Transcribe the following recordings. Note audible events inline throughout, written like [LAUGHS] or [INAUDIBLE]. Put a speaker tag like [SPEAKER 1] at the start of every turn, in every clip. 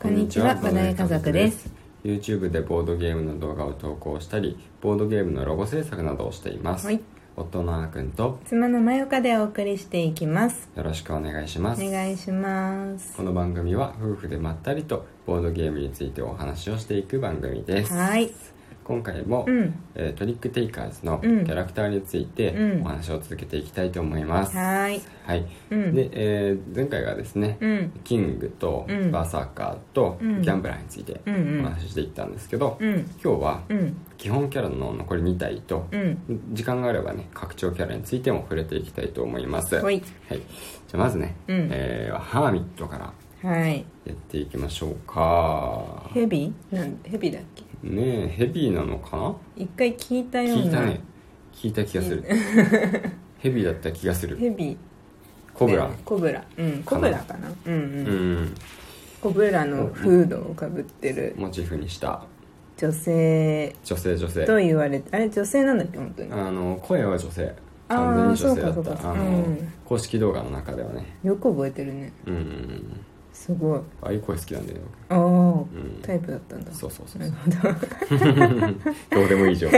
[SPEAKER 1] こんにちはバナヤ家族です
[SPEAKER 2] YouTube でボードゲームの動画を投稿したりボードゲームのロゴ制作などをしています、
[SPEAKER 1] はい
[SPEAKER 2] 夫のあーくんと
[SPEAKER 1] 妻のまよかでお送りしていきます
[SPEAKER 2] よろしくお願いしま
[SPEAKER 1] お
[SPEAKER 2] す
[SPEAKER 1] 願いします
[SPEAKER 2] この番組は夫婦でまったりとボードゲームについてお話をしていく番組です
[SPEAKER 1] はい
[SPEAKER 2] 今回も、
[SPEAKER 1] うん
[SPEAKER 2] えートリックテイカーズのキ
[SPEAKER 1] うん
[SPEAKER 2] ャラクターについて
[SPEAKER 1] うん
[SPEAKER 2] お話を続けていきたいと思います、
[SPEAKER 1] はい
[SPEAKER 2] はい、
[SPEAKER 1] うん
[SPEAKER 2] で、えー前回がですね、
[SPEAKER 1] うん
[SPEAKER 2] キングと
[SPEAKER 1] うん
[SPEAKER 2] バーサーカーとギ
[SPEAKER 1] うん
[SPEAKER 2] ャンブラーについて
[SPEAKER 1] うんうん
[SPEAKER 2] お話ししていったんですけど、
[SPEAKER 1] うん
[SPEAKER 2] 今日は
[SPEAKER 1] うん
[SPEAKER 2] 基本キャラの残り2体と、
[SPEAKER 1] うん
[SPEAKER 2] 時間があればね拡張キャラについても触れていきたいと思います
[SPEAKER 1] ほい
[SPEAKER 2] じゃあまずね、
[SPEAKER 1] うん
[SPEAKER 2] えーハーミットから
[SPEAKER 1] はい
[SPEAKER 2] やっていきましょうか
[SPEAKER 1] ヘビなんヘビだっけ
[SPEAKER 2] ねえヘビーなのかな
[SPEAKER 1] 一回聞いたような
[SPEAKER 2] 聞いたね聞いた気がする [LAUGHS] ヘビーだった気がする
[SPEAKER 1] ヘビ
[SPEAKER 2] コブラ
[SPEAKER 1] ねコブラうんコブラかなうんうん、
[SPEAKER 2] うん
[SPEAKER 1] コブラのフードをかぶってる
[SPEAKER 2] モチーフにした
[SPEAKER 1] 女性
[SPEAKER 2] 女性女性
[SPEAKER 1] と言われてあれ女性なんだっけ本当に
[SPEAKER 2] あの声は女性
[SPEAKER 1] あー
[SPEAKER 2] 完全に女性だ
[SPEAKER 1] そうかそう
[SPEAKER 2] っ
[SPEAKER 1] か
[SPEAKER 2] たあの、
[SPEAKER 1] うん
[SPEAKER 2] 公式動画の中ではね
[SPEAKER 1] よく覚えてるね
[SPEAKER 2] うんうんうん
[SPEAKER 1] すごい
[SPEAKER 2] ああいう声好きなんだよ
[SPEAKER 1] ああ
[SPEAKER 2] 僕うん
[SPEAKER 1] タイプだったんだ
[SPEAKER 2] そうそうそう
[SPEAKER 1] なるほど [LAUGHS]
[SPEAKER 2] どうでもいい情報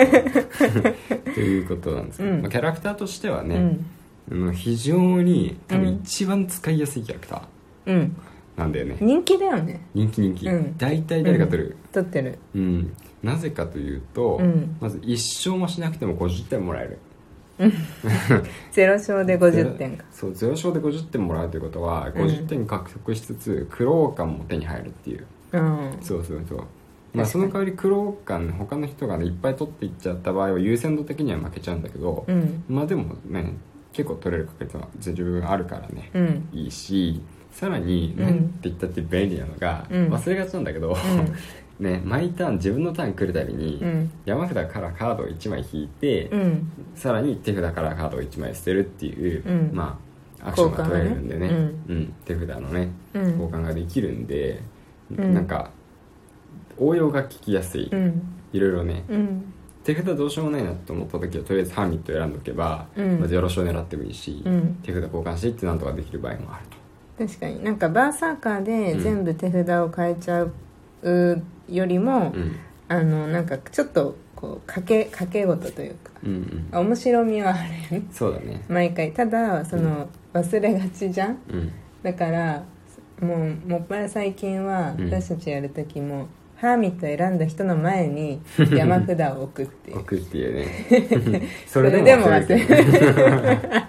[SPEAKER 2] ということなんですけど、
[SPEAKER 1] うん
[SPEAKER 2] まあ、キャラクターとしては
[SPEAKER 1] う
[SPEAKER 2] ね、
[SPEAKER 1] ん
[SPEAKER 2] あの非常に多
[SPEAKER 1] う
[SPEAKER 2] 分
[SPEAKER 1] ん
[SPEAKER 2] 一番使いやすいキャラクター
[SPEAKER 1] うん
[SPEAKER 2] なんだよね、
[SPEAKER 1] 人気だよね
[SPEAKER 2] 人気人気、
[SPEAKER 1] うん
[SPEAKER 2] 大体誰が取る
[SPEAKER 1] 撮ってる
[SPEAKER 2] うん、なぜかというと、
[SPEAKER 1] うん
[SPEAKER 2] まず一勝もしなくても50点もらえる
[SPEAKER 1] ゼロ勝で50点か
[SPEAKER 2] そう0勝で50点もらうということは
[SPEAKER 1] うん
[SPEAKER 2] 50点獲得しつつ、苦労感も手に入るっていう
[SPEAKER 1] うん
[SPEAKER 2] そうそうそう
[SPEAKER 1] 確か
[SPEAKER 2] まあ
[SPEAKER 1] に
[SPEAKER 2] その代わり苦労感他の人がねいっぱい取っていっちゃった場合は優先度的には負けちゃうんだけど、
[SPEAKER 1] うん
[SPEAKER 2] まあでもね結構取れる確率は自分あるからね、
[SPEAKER 1] うん
[SPEAKER 2] いいしさらに
[SPEAKER 1] うん
[SPEAKER 2] 何て言ったって便利なのが、
[SPEAKER 1] うん
[SPEAKER 2] 忘れがちなんだけど、ね毎ターン自分のターン来るたびに、
[SPEAKER 1] うん
[SPEAKER 2] 山札からカードを1枚引いて、
[SPEAKER 1] うん
[SPEAKER 2] さらに手札からカードを1枚捨てるっていう、
[SPEAKER 1] うん
[SPEAKER 2] まあアクションが取れるんでね
[SPEAKER 1] 交換がね
[SPEAKER 2] うん手札のね
[SPEAKER 1] うん
[SPEAKER 2] 交換ができるんで、
[SPEAKER 1] うん
[SPEAKER 2] なんか応用が効きやすい、
[SPEAKER 1] うん
[SPEAKER 2] いろいろね
[SPEAKER 1] うん
[SPEAKER 2] 手札どうしようもないなと思った時はとりあえずハーミットを選んどけば、
[SPEAKER 1] うん
[SPEAKER 2] まずよろしを狙ってもいいし、
[SPEAKER 1] うん
[SPEAKER 2] 手札交換していってなんとかできる場合もある
[SPEAKER 1] 確かになんかバーサーカーで全部手札を変えちゃうよりも、
[SPEAKER 2] と、うん、
[SPEAKER 1] あのなんかちょっとこう賭け賭け事というか
[SPEAKER 2] うんうん
[SPEAKER 1] 面白みはあるよね
[SPEAKER 2] そうだね
[SPEAKER 1] 毎回ただその、忘れがちじゃん
[SPEAKER 2] うん
[SPEAKER 1] だからもうもっぱら最近は
[SPEAKER 2] うん
[SPEAKER 1] 私たちやる時も、ハーミット選んだ人の前に山札を置くっていう
[SPEAKER 2] 置くっていうね [LAUGHS] そ
[SPEAKER 1] れ
[SPEAKER 2] れ
[SPEAKER 1] で
[SPEAKER 2] で
[SPEAKER 1] も
[SPEAKER 2] も
[SPEAKER 1] 忘
[SPEAKER 2] 忘
[SPEAKER 1] れ
[SPEAKER 2] れ
[SPEAKER 1] る
[SPEAKER 2] るけどね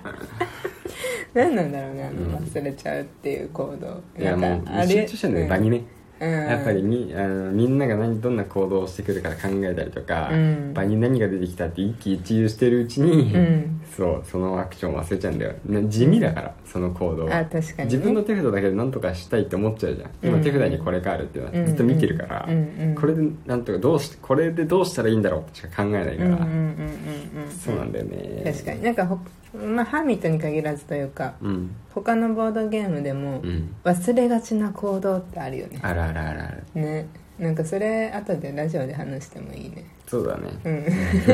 [SPEAKER 1] 何なんだろうねあの
[SPEAKER 2] うん
[SPEAKER 1] 忘れちゃうっていう行動
[SPEAKER 2] いやも
[SPEAKER 1] なん
[SPEAKER 2] う
[SPEAKER 1] かあれ
[SPEAKER 2] 集中してるんだね場にね、
[SPEAKER 1] うん
[SPEAKER 2] やっぱりみあのみんなが何どんな行動をしてくるから考えたりとか、
[SPEAKER 1] うん
[SPEAKER 2] 場に何が出てきたって一喜一憂してるうちに、
[SPEAKER 1] うん
[SPEAKER 2] そうそのアクション忘れちゃうんだよ、ね、地味だからその行動は
[SPEAKER 1] あ確かにね
[SPEAKER 2] 自分の手札だけで何とかしたいって思っちゃうじゃん、
[SPEAKER 1] うん
[SPEAKER 2] 今手札にこれがあるっていうの
[SPEAKER 1] うん
[SPEAKER 2] はずっと見てるから、
[SPEAKER 1] うんうん
[SPEAKER 2] これでなんとかどうしこれでどうしたらいいんだろうってしか考えないか
[SPEAKER 1] うんうんう
[SPEAKER 2] ら、
[SPEAKER 1] んうんうん
[SPEAKER 2] そうなんだよね
[SPEAKER 1] 確かになんかほ、まあ、ハーミットに限らずというか
[SPEAKER 2] うん
[SPEAKER 1] 他のボードゲームでも
[SPEAKER 2] うん
[SPEAKER 1] 忘れがちな行動ってあるよね
[SPEAKER 2] あるあるあるある
[SPEAKER 1] ねなんかそれ後でラジオで話してもいいね
[SPEAKER 2] そうだね、
[SPEAKER 1] うん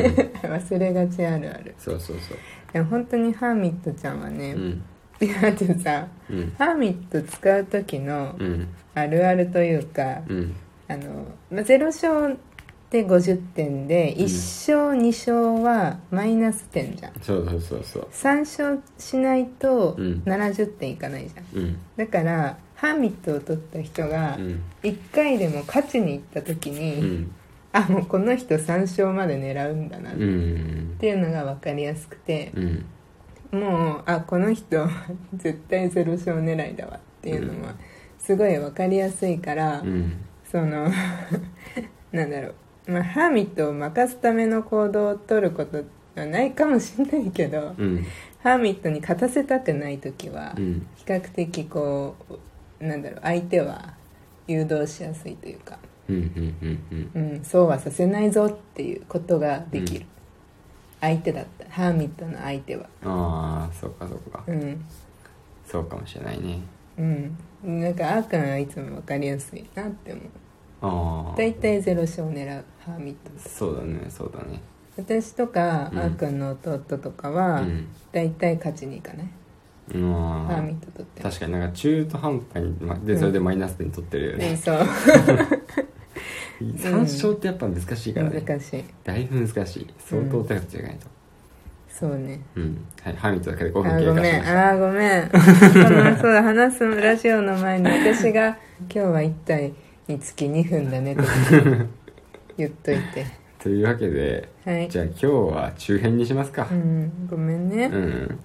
[SPEAKER 1] [LAUGHS] 忘れがちあるある
[SPEAKER 2] そうそうそう
[SPEAKER 1] でも本当にハーミットちゃんはね、
[SPEAKER 2] うん
[SPEAKER 1] いやだってさ
[SPEAKER 2] うん
[SPEAKER 1] ハーミット使う時の
[SPEAKER 2] うん
[SPEAKER 1] あるあるというか、
[SPEAKER 2] うん
[SPEAKER 1] あのまあ0勝で50点で
[SPEAKER 2] ん
[SPEAKER 1] 1勝2勝はマイナス点じゃん
[SPEAKER 2] そうそうそうそう
[SPEAKER 1] 3勝しないと
[SPEAKER 2] うん
[SPEAKER 1] 70点いかないじゃん、
[SPEAKER 2] うん
[SPEAKER 1] だからハーミットを取った人が
[SPEAKER 2] うん
[SPEAKER 1] 1回でも勝ちに行った時に、
[SPEAKER 2] うん
[SPEAKER 1] あもうこの人3勝まで狙うんだなっ
[SPEAKER 2] うんうん
[SPEAKER 1] ていうのが分かりやすくて、
[SPEAKER 2] うん
[SPEAKER 1] もうあこの人絶対ゼロ勝狙いだわっていうのはすごい分かりやすいから、
[SPEAKER 2] うん
[SPEAKER 1] その [LAUGHS] なんだろう、まあ、ハーミットを任すための行動を取ることはないかもしれないけど、
[SPEAKER 2] うん
[SPEAKER 1] ハーミットに勝たせたくない時は
[SPEAKER 2] うん
[SPEAKER 1] 比較的こうなんだろう相手は誘導しやすいというか、
[SPEAKER 2] うんうんうんうん
[SPEAKER 1] うん、そうはさせないぞっていうことができる、相手だったハーミットの相手は
[SPEAKER 2] ああそうかそうか
[SPEAKER 1] うん
[SPEAKER 2] そうかもしれないね
[SPEAKER 1] うんなんかあーくんはいつも分かりやすいなって思う
[SPEAKER 2] ああ
[SPEAKER 1] 大体ゼロ勝を狙うハーミット
[SPEAKER 2] そうだねそうだね
[SPEAKER 1] 私とか、
[SPEAKER 2] うん
[SPEAKER 1] あーくんの弟とかは、
[SPEAKER 2] うん
[SPEAKER 1] 大体勝ちに行かない
[SPEAKER 2] うん
[SPEAKER 1] ハーミットとって
[SPEAKER 2] 確かになんか中途半端にまでそれでマイナス点取ってるよ
[SPEAKER 1] うん
[SPEAKER 2] ね、
[SPEAKER 1] そう
[SPEAKER 2] 参照ってやっぱ難しいからね、
[SPEAKER 1] 難しい
[SPEAKER 2] だいぶ難しい相当手をつけないと
[SPEAKER 1] そうね
[SPEAKER 2] うん、はいハーミットだけで5
[SPEAKER 1] あ
[SPEAKER 2] 分
[SPEAKER 1] ー
[SPEAKER 2] 経
[SPEAKER 1] ご
[SPEAKER 2] 過
[SPEAKER 1] め
[SPEAKER 2] し
[SPEAKER 1] ん
[SPEAKER 2] ました
[SPEAKER 1] あーごめんそ
[SPEAKER 2] [LAUGHS]
[SPEAKER 1] のそうだ話すラジオの前に私が「今日は1体につき2分だね」とか言っといて
[SPEAKER 2] というわけで
[SPEAKER 1] はい
[SPEAKER 2] じゃあ今日は中編にしますか
[SPEAKER 1] うんごめんね、
[SPEAKER 2] うん、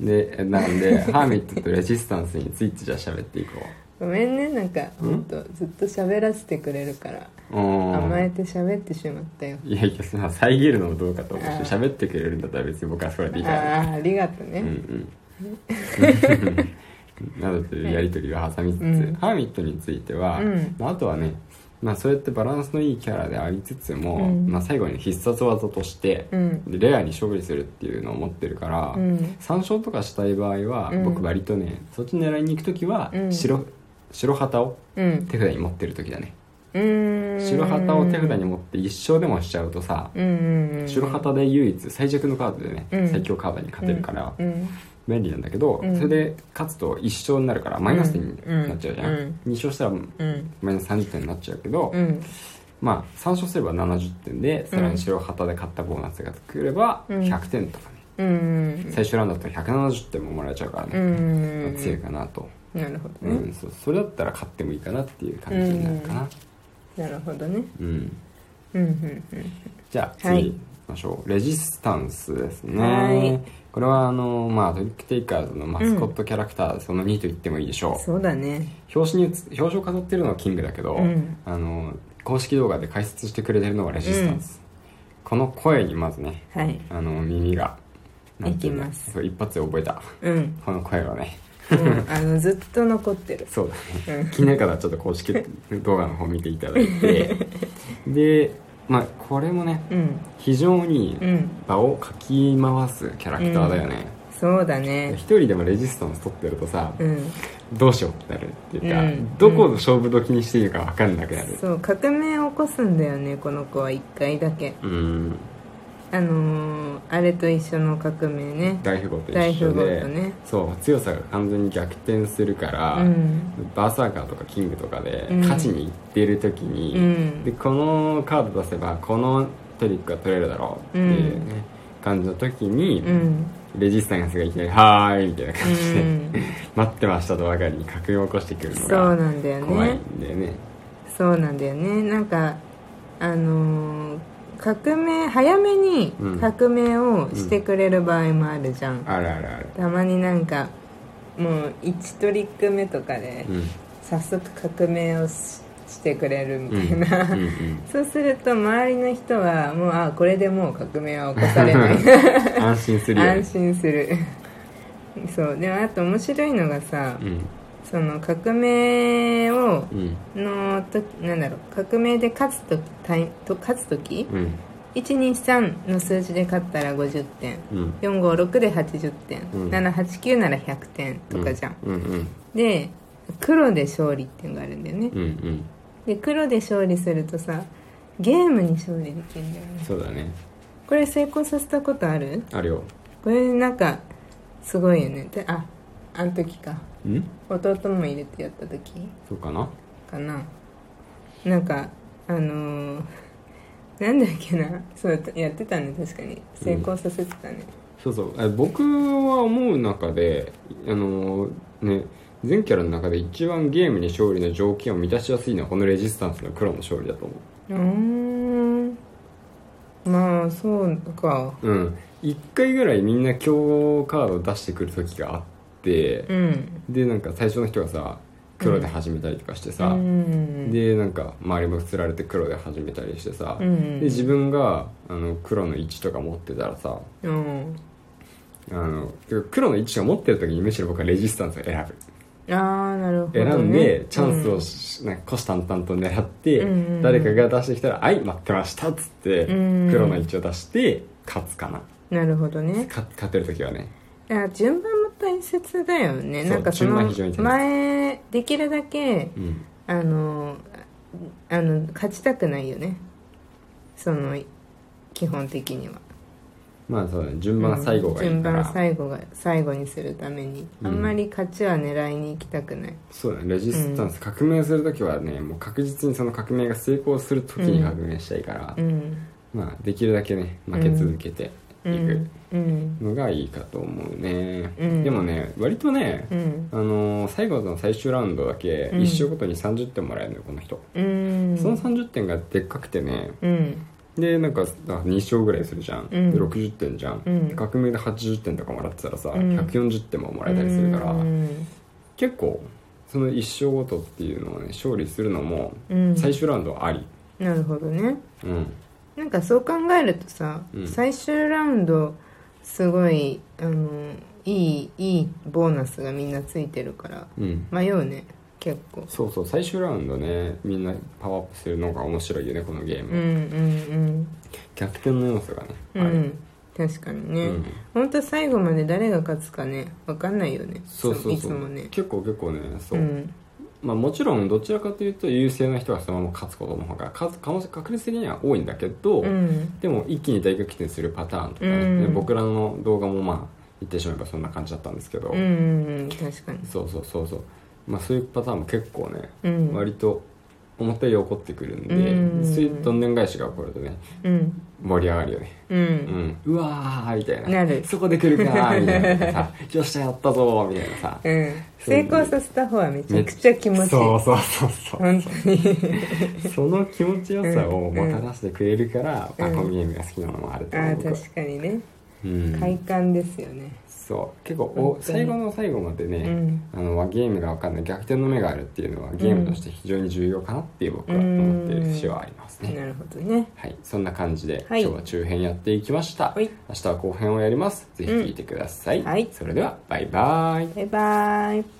[SPEAKER 2] でなの
[SPEAKER 1] [LAUGHS]
[SPEAKER 2] でハーミットとレジスタンスについてじゃあ喋っていこ
[SPEAKER 1] ごめんねなんか
[SPEAKER 2] うん
[SPEAKER 1] ほんとずっと喋らせてくれるから
[SPEAKER 2] ううん
[SPEAKER 1] 甘えて喋ってしまったよ
[SPEAKER 2] いやいやその遮るのもどうかと思うし
[SPEAKER 1] あー
[SPEAKER 2] 喋ってくれるんだったら別に僕はそれでいいから
[SPEAKER 1] ああありがと
[SPEAKER 2] うん
[SPEAKER 1] ね
[SPEAKER 2] うん [LAUGHS] などというやり取りを挟みつつ、
[SPEAKER 1] うん
[SPEAKER 2] ハーミットについては、
[SPEAKER 1] うん
[SPEAKER 2] まあ、あとはね、まあ、そうやってバランスのいいキャラでありつつも、
[SPEAKER 1] うん
[SPEAKER 2] まあ、最後に必殺技として、
[SPEAKER 1] うん
[SPEAKER 2] でレアに勝利するっていうのを持ってるから、
[SPEAKER 1] うん
[SPEAKER 2] 参照とかしたい場合は、
[SPEAKER 1] うん
[SPEAKER 2] 僕割とねそっち狙いに行く時は、
[SPEAKER 1] うん
[SPEAKER 2] 白白旗を
[SPEAKER 1] うん
[SPEAKER 2] 手札に持ってる時だね
[SPEAKER 1] うーん
[SPEAKER 2] 白旗を手札に持って一勝でもしちゃうとさ、
[SPEAKER 1] うんうんうん
[SPEAKER 2] 白旗で唯一最弱のカードでね、
[SPEAKER 1] うん
[SPEAKER 2] 最強カードに勝てるから
[SPEAKER 1] うん
[SPEAKER 2] 便利なんだけど、
[SPEAKER 1] うん
[SPEAKER 2] それで勝つと一勝になるからマイナス点になっちゃうじゃん、
[SPEAKER 1] うんうん
[SPEAKER 2] 二2勝したら
[SPEAKER 1] うん
[SPEAKER 2] マイナス30点になっちゃうけど、
[SPEAKER 1] うん
[SPEAKER 2] まあ3勝すれば70点でさらに白旗で勝ったボーナスが作れば
[SPEAKER 1] うん
[SPEAKER 2] 100点とかね、
[SPEAKER 1] うん
[SPEAKER 2] 最終ラウンドだと170点ももらえちゃうから
[SPEAKER 1] う
[SPEAKER 2] ね、
[SPEAKER 1] ん
[SPEAKER 2] 強いかなと、
[SPEAKER 1] なるほど
[SPEAKER 2] う
[SPEAKER 1] ね、
[SPEAKER 2] んそうそれだったら勝ってもいいかなっていう感じになるかな
[SPEAKER 1] なるほどね
[SPEAKER 2] うん、
[SPEAKER 1] うんうんうん
[SPEAKER 2] じゃあ
[SPEAKER 1] は
[SPEAKER 2] 次
[SPEAKER 1] い
[SPEAKER 2] 行きましょう、レジスタンスですね、
[SPEAKER 1] はい
[SPEAKER 2] これはあのまあトリックテイカーズのマスコットキャラクター、その2と言ってもいいでしょう
[SPEAKER 1] そうだね
[SPEAKER 2] 表紙に写表紙を飾ってるのはキングだけど、
[SPEAKER 1] うん
[SPEAKER 2] あの公式動画で解説してくれてるのがレジスタンス、この声にまずね
[SPEAKER 1] はい
[SPEAKER 2] あの耳がなんていうんだ
[SPEAKER 1] いきます
[SPEAKER 2] そう一発で覚えた
[SPEAKER 1] うん
[SPEAKER 2] この声はね
[SPEAKER 1] うんあのずっと残ってる
[SPEAKER 2] そうだね、気になる方はちょっと公式動画の方見ていただい
[SPEAKER 1] [LAUGHS]
[SPEAKER 2] てでまあこれもね
[SPEAKER 1] うん
[SPEAKER 2] 非常に
[SPEAKER 1] うん
[SPEAKER 2] 場をかき回すキャラクターだよね
[SPEAKER 1] そうだ
[SPEAKER 2] 一、
[SPEAKER 1] ね
[SPEAKER 2] 人でもレジスタンス取ってるとさ、
[SPEAKER 1] うん
[SPEAKER 2] どうしようってなるっていうか、
[SPEAKER 1] うん
[SPEAKER 2] どこの勝負時にしていいか分かんなくなる
[SPEAKER 1] そう革命を起こすんだよねこの子は1回だけ
[SPEAKER 2] うん
[SPEAKER 1] あのー、あれと一緒の革命ね
[SPEAKER 2] 大富豪と
[SPEAKER 1] 大
[SPEAKER 2] 一緒
[SPEAKER 1] 富豪
[SPEAKER 2] で、
[SPEAKER 1] とね
[SPEAKER 2] そう強さが完全に逆転するから、
[SPEAKER 1] うん
[SPEAKER 2] バーサーカーとかキングとかで
[SPEAKER 1] うん
[SPEAKER 2] 勝ちにいってる時に、
[SPEAKER 1] うん
[SPEAKER 2] でこのカード出せばこのトリックが取れるだろうっていう、ね感じの時に、
[SPEAKER 1] うん
[SPEAKER 2] レジスタンスがいきなり「はーい」みたいな
[SPEAKER 1] う
[SPEAKER 2] 感じで、
[SPEAKER 1] ん
[SPEAKER 2] [LAUGHS] 待ってましたとばかりに確認を起こしてくるの
[SPEAKER 1] そう
[SPEAKER 2] が
[SPEAKER 1] なんだよ
[SPEAKER 2] 怖い
[SPEAKER 1] ね
[SPEAKER 2] んだよね
[SPEAKER 1] そうなんだよねなんかあのー、革命早めに
[SPEAKER 2] うん
[SPEAKER 1] 革命をしてくれる場合もあるじゃん、
[SPEAKER 2] あるあるある
[SPEAKER 1] たまになんかもう1トリック目とかで
[SPEAKER 2] うん
[SPEAKER 1] 早速革命をししてくれるみ
[SPEAKER 2] うん
[SPEAKER 1] たいな、
[SPEAKER 2] うんうん
[SPEAKER 1] そうすると周りの人はもうあこれでもう革命は起こされ
[SPEAKER 2] [LAUGHS]
[SPEAKER 1] ない
[SPEAKER 2] 安心するよね
[SPEAKER 1] 安心する [LAUGHS] そうでもあと面白いのがさその革命を
[SPEAKER 2] うんうん
[SPEAKER 1] の時なんだろう革命で勝つ時対と勝つ時
[SPEAKER 2] うん
[SPEAKER 1] 123の数字で勝ったら50点
[SPEAKER 2] うん
[SPEAKER 1] 456で80点、
[SPEAKER 2] うん
[SPEAKER 1] 789なら100点とかじゃん、
[SPEAKER 2] うんうん
[SPEAKER 1] で黒で勝利っていうのがあるんだよね
[SPEAKER 2] うんうん
[SPEAKER 1] で黒で勝利するとさゲームに勝利できるんだよね
[SPEAKER 2] そうだね
[SPEAKER 1] これ成功させたことある
[SPEAKER 2] あるよ
[SPEAKER 1] これなんかすごいよねでああの時か
[SPEAKER 2] ん
[SPEAKER 1] 弟も入れてやった時
[SPEAKER 2] そうかな
[SPEAKER 1] かななんかあのー、なんだっけなそうやってたね確かに成功させてたね
[SPEAKER 2] そうそうえ僕は思う中であのね全キャラの中で一番ゲームに勝利の条件を満たしやすいのはこのレジスタンスの黒の勝利だと思う
[SPEAKER 1] うーんまあそうか
[SPEAKER 2] うん1回ぐらいみんな強カード出してくる時があって
[SPEAKER 1] うん
[SPEAKER 2] でなんか最初の人がさ黒で始めたりとかしてさ、
[SPEAKER 1] うん
[SPEAKER 2] でなんか周りも釣られて黒で始めたりしてさ、
[SPEAKER 1] うん
[SPEAKER 2] で自分があの黒の1とか持ってたらさ
[SPEAKER 1] うん
[SPEAKER 2] あの黒の1とか持ってる時にむしろ僕はレジスタンスを選ぶ
[SPEAKER 1] ああなるほど、ね、
[SPEAKER 2] 選んでチャンスをし、なんか虎視眈々と狙って、
[SPEAKER 1] うんうんうん
[SPEAKER 2] 誰かが出してきたら「はい待ってました」っつって、
[SPEAKER 1] うん
[SPEAKER 2] 黒の1を出して勝つかな
[SPEAKER 1] なるほどね
[SPEAKER 2] 勝勝てる時はね
[SPEAKER 1] いや順番も大切だよね
[SPEAKER 2] そう
[SPEAKER 1] なんかそ
[SPEAKER 2] 順番
[SPEAKER 1] の
[SPEAKER 2] 非常に大切
[SPEAKER 1] 前できるだけ
[SPEAKER 2] うん
[SPEAKER 1] あのあの勝ちたくないよねその基本的には
[SPEAKER 2] まあそうだね順番最後がいいか
[SPEAKER 1] 順
[SPEAKER 2] ら、
[SPEAKER 1] 番最後が最後にするために、
[SPEAKER 2] うん
[SPEAKER 1] あんまり勝ちは狙いに行きたくない
[SPEAKER 2] そうだねレジスタンス、革命する時はねもう確実にその革命が成功する時に革命したいから、
[SPEAKER 1] うん
[SPEAKER 2] まあできるだけね負け続けて
[SPEAKER 1] う
[SPEAKER 2] いく
[SPEAKER 1] んうん
[SPEAKER 2] のがいいかと思うね、
[SPEAKER 1] うん
[SPEAKER 2] でもね割とね、
[SPEAKER 1] うん
[SPEAKER 2] あのー最後の最終ラウンドだけ
[SPEAKER 1] うん
[SPEAKER 2] 1周ごとに30点もらえるのよこの人、
[SPEAKER 1] うん
[SPEAKER 2] その30点がでっかくてね
[SPEAKER 1] うん
[SPEAKER 2] でなんか2勝ぐらいするじゃん、
[SPEAKER 1] うん
[SPEAKER 2] で60点じゃん、
[SPEAKER 1] うん
[SPEAKER 2] 革命で80点とかもらってたらさ、
[SPEAKER 1] うん
[SPEAKER 2] 140点ももらえたりするから、
[SPEAKER 1] うん
[SPEAKER 2] 結構その1勝ごとっていうのをね勝利するのも
[SPEAKER 1] うん
[SPEAKER 2] 最終ラウンドはあり
[SPEAKER 1] なるほどね
[SPEAKER 2] うん
[SPEAKER 1] なんかそう考えるとさ、
[SPEAKER 2] うん
[SPEAKER 1] 最終ラウンドすごいあのいいいいボーナスがみんなついてるから
[SPEAKER 2] うん
[SPEAKER 1] 迷うね結構
[SPEAKER 2] そうそう最終ラウンドねみんなパワーアップするのが面白いよねこのゲー
[SPEAKER 1] う
[SPEAKER 2] ム、
[SPEAKER 1] んうん
[SPEAKER 2] 逆転の要素がね
[SPEAKER 1] うん、
[SPEAKER 2] あ
[SPEAKER 1] う
[SPEAKER 2] る
[SPEAKER 1] ん、確かに
[SPEAKER 2] う
[SPEAKER 1] ね、
[SPEAKER 2] ん
[SPEAKER 1] ほんと最後まで誰が勝つかね分かんないよね
[SPEAKER 2] そうそうそう
[SPEAKER 1] つもね
[SPEAKER 2] 結構結構ねそう、
[SPEAKER 1] ん、
[SPEAKER 2] まあ、もちろんどちらかというと優勢な人がそのまま勝つことの方が勝つ可能性確率的には多いんだけど、
[SPEAKER 1] うん
[SPEAKER 2] でも一気に大逆転するパターンとかね、
[SPEAKER 1] うん
[SPEAKER 2] で僕らの動画もまあ言ってしまえばそんな感じだったんですけど、
[SPEAKER 1] うんうんうん確かに
[SPEAKER 2] そうそうそうそう、まあ、そういうパターンも結構ね、
[SPEAKER 1] うん
[SPEAKER 2] 割と思ったより起こってくるんで、
[SPEAKER 1] うん
[SPEAKER 2] そういうどんでん返しが起こるとね
[SPEAKER 1] うん
[SPEAKER 2] 盛り上がるよね、
[SPEAKER 1] う
[SPEAKER 2] うんん、うわーみたいな
[SPEAKER 1] なる
[SPEAKER 2] そこで来るかーみたいなさ [LAUGHS] よっしゃやったぞーみたいなさ
[SPEAKER 1] うん成功させた方はめちゃくちゃ気持ちいい
[SPEAKER 2] そうそうそうそう
[SPEAKER 1] 本当に [LAUGHS]
[SPEAKER 2] その気持ちよさをもたらしてくれるから、
[SPEAKER 1] うん
[SPEAKER 2] まあ、このゲームが好きなのもあると
[SPEAKER 1] あ
[SPEAKER 2] 思
[SPEAKER 1] あ
[SPEAKER 2] う僕は
[SPEAKER 1] 確かにね
[SPEAKER 2] うん
[SPEAKER 1] 快感ですよね
[SPEAKER 2] そう結構
[SPEAKER 1] 本
[SPEAKER 2] お
[SPEAKER 1] 当に
[SPEAKER 2] 最後の最後まで
[SPEAKER 1] う
[SPEAKER 2] ね、
[SPEAKER 1] ん
[SPEAKER 2] あのゲームが分かんない逆転の目があるっていうのはゲームとして非常に重要かなっていう僕は思っている節はありますね、
[SPEAKER 1] なるほどね
[SPEAKER 2] はいそんな感じで、
[SPEAKER 1] はい
[SPEAKER 2] 今日は中編やっていきました、
[SPEAKER 1] はい
[SPEAKER 2] 明日は後編をやりますぜひ聞いてください、
[SPEAKER 1] うんはい
[SPEAKER 2] それではバイバイ
[SPEAKER 1] バイバイ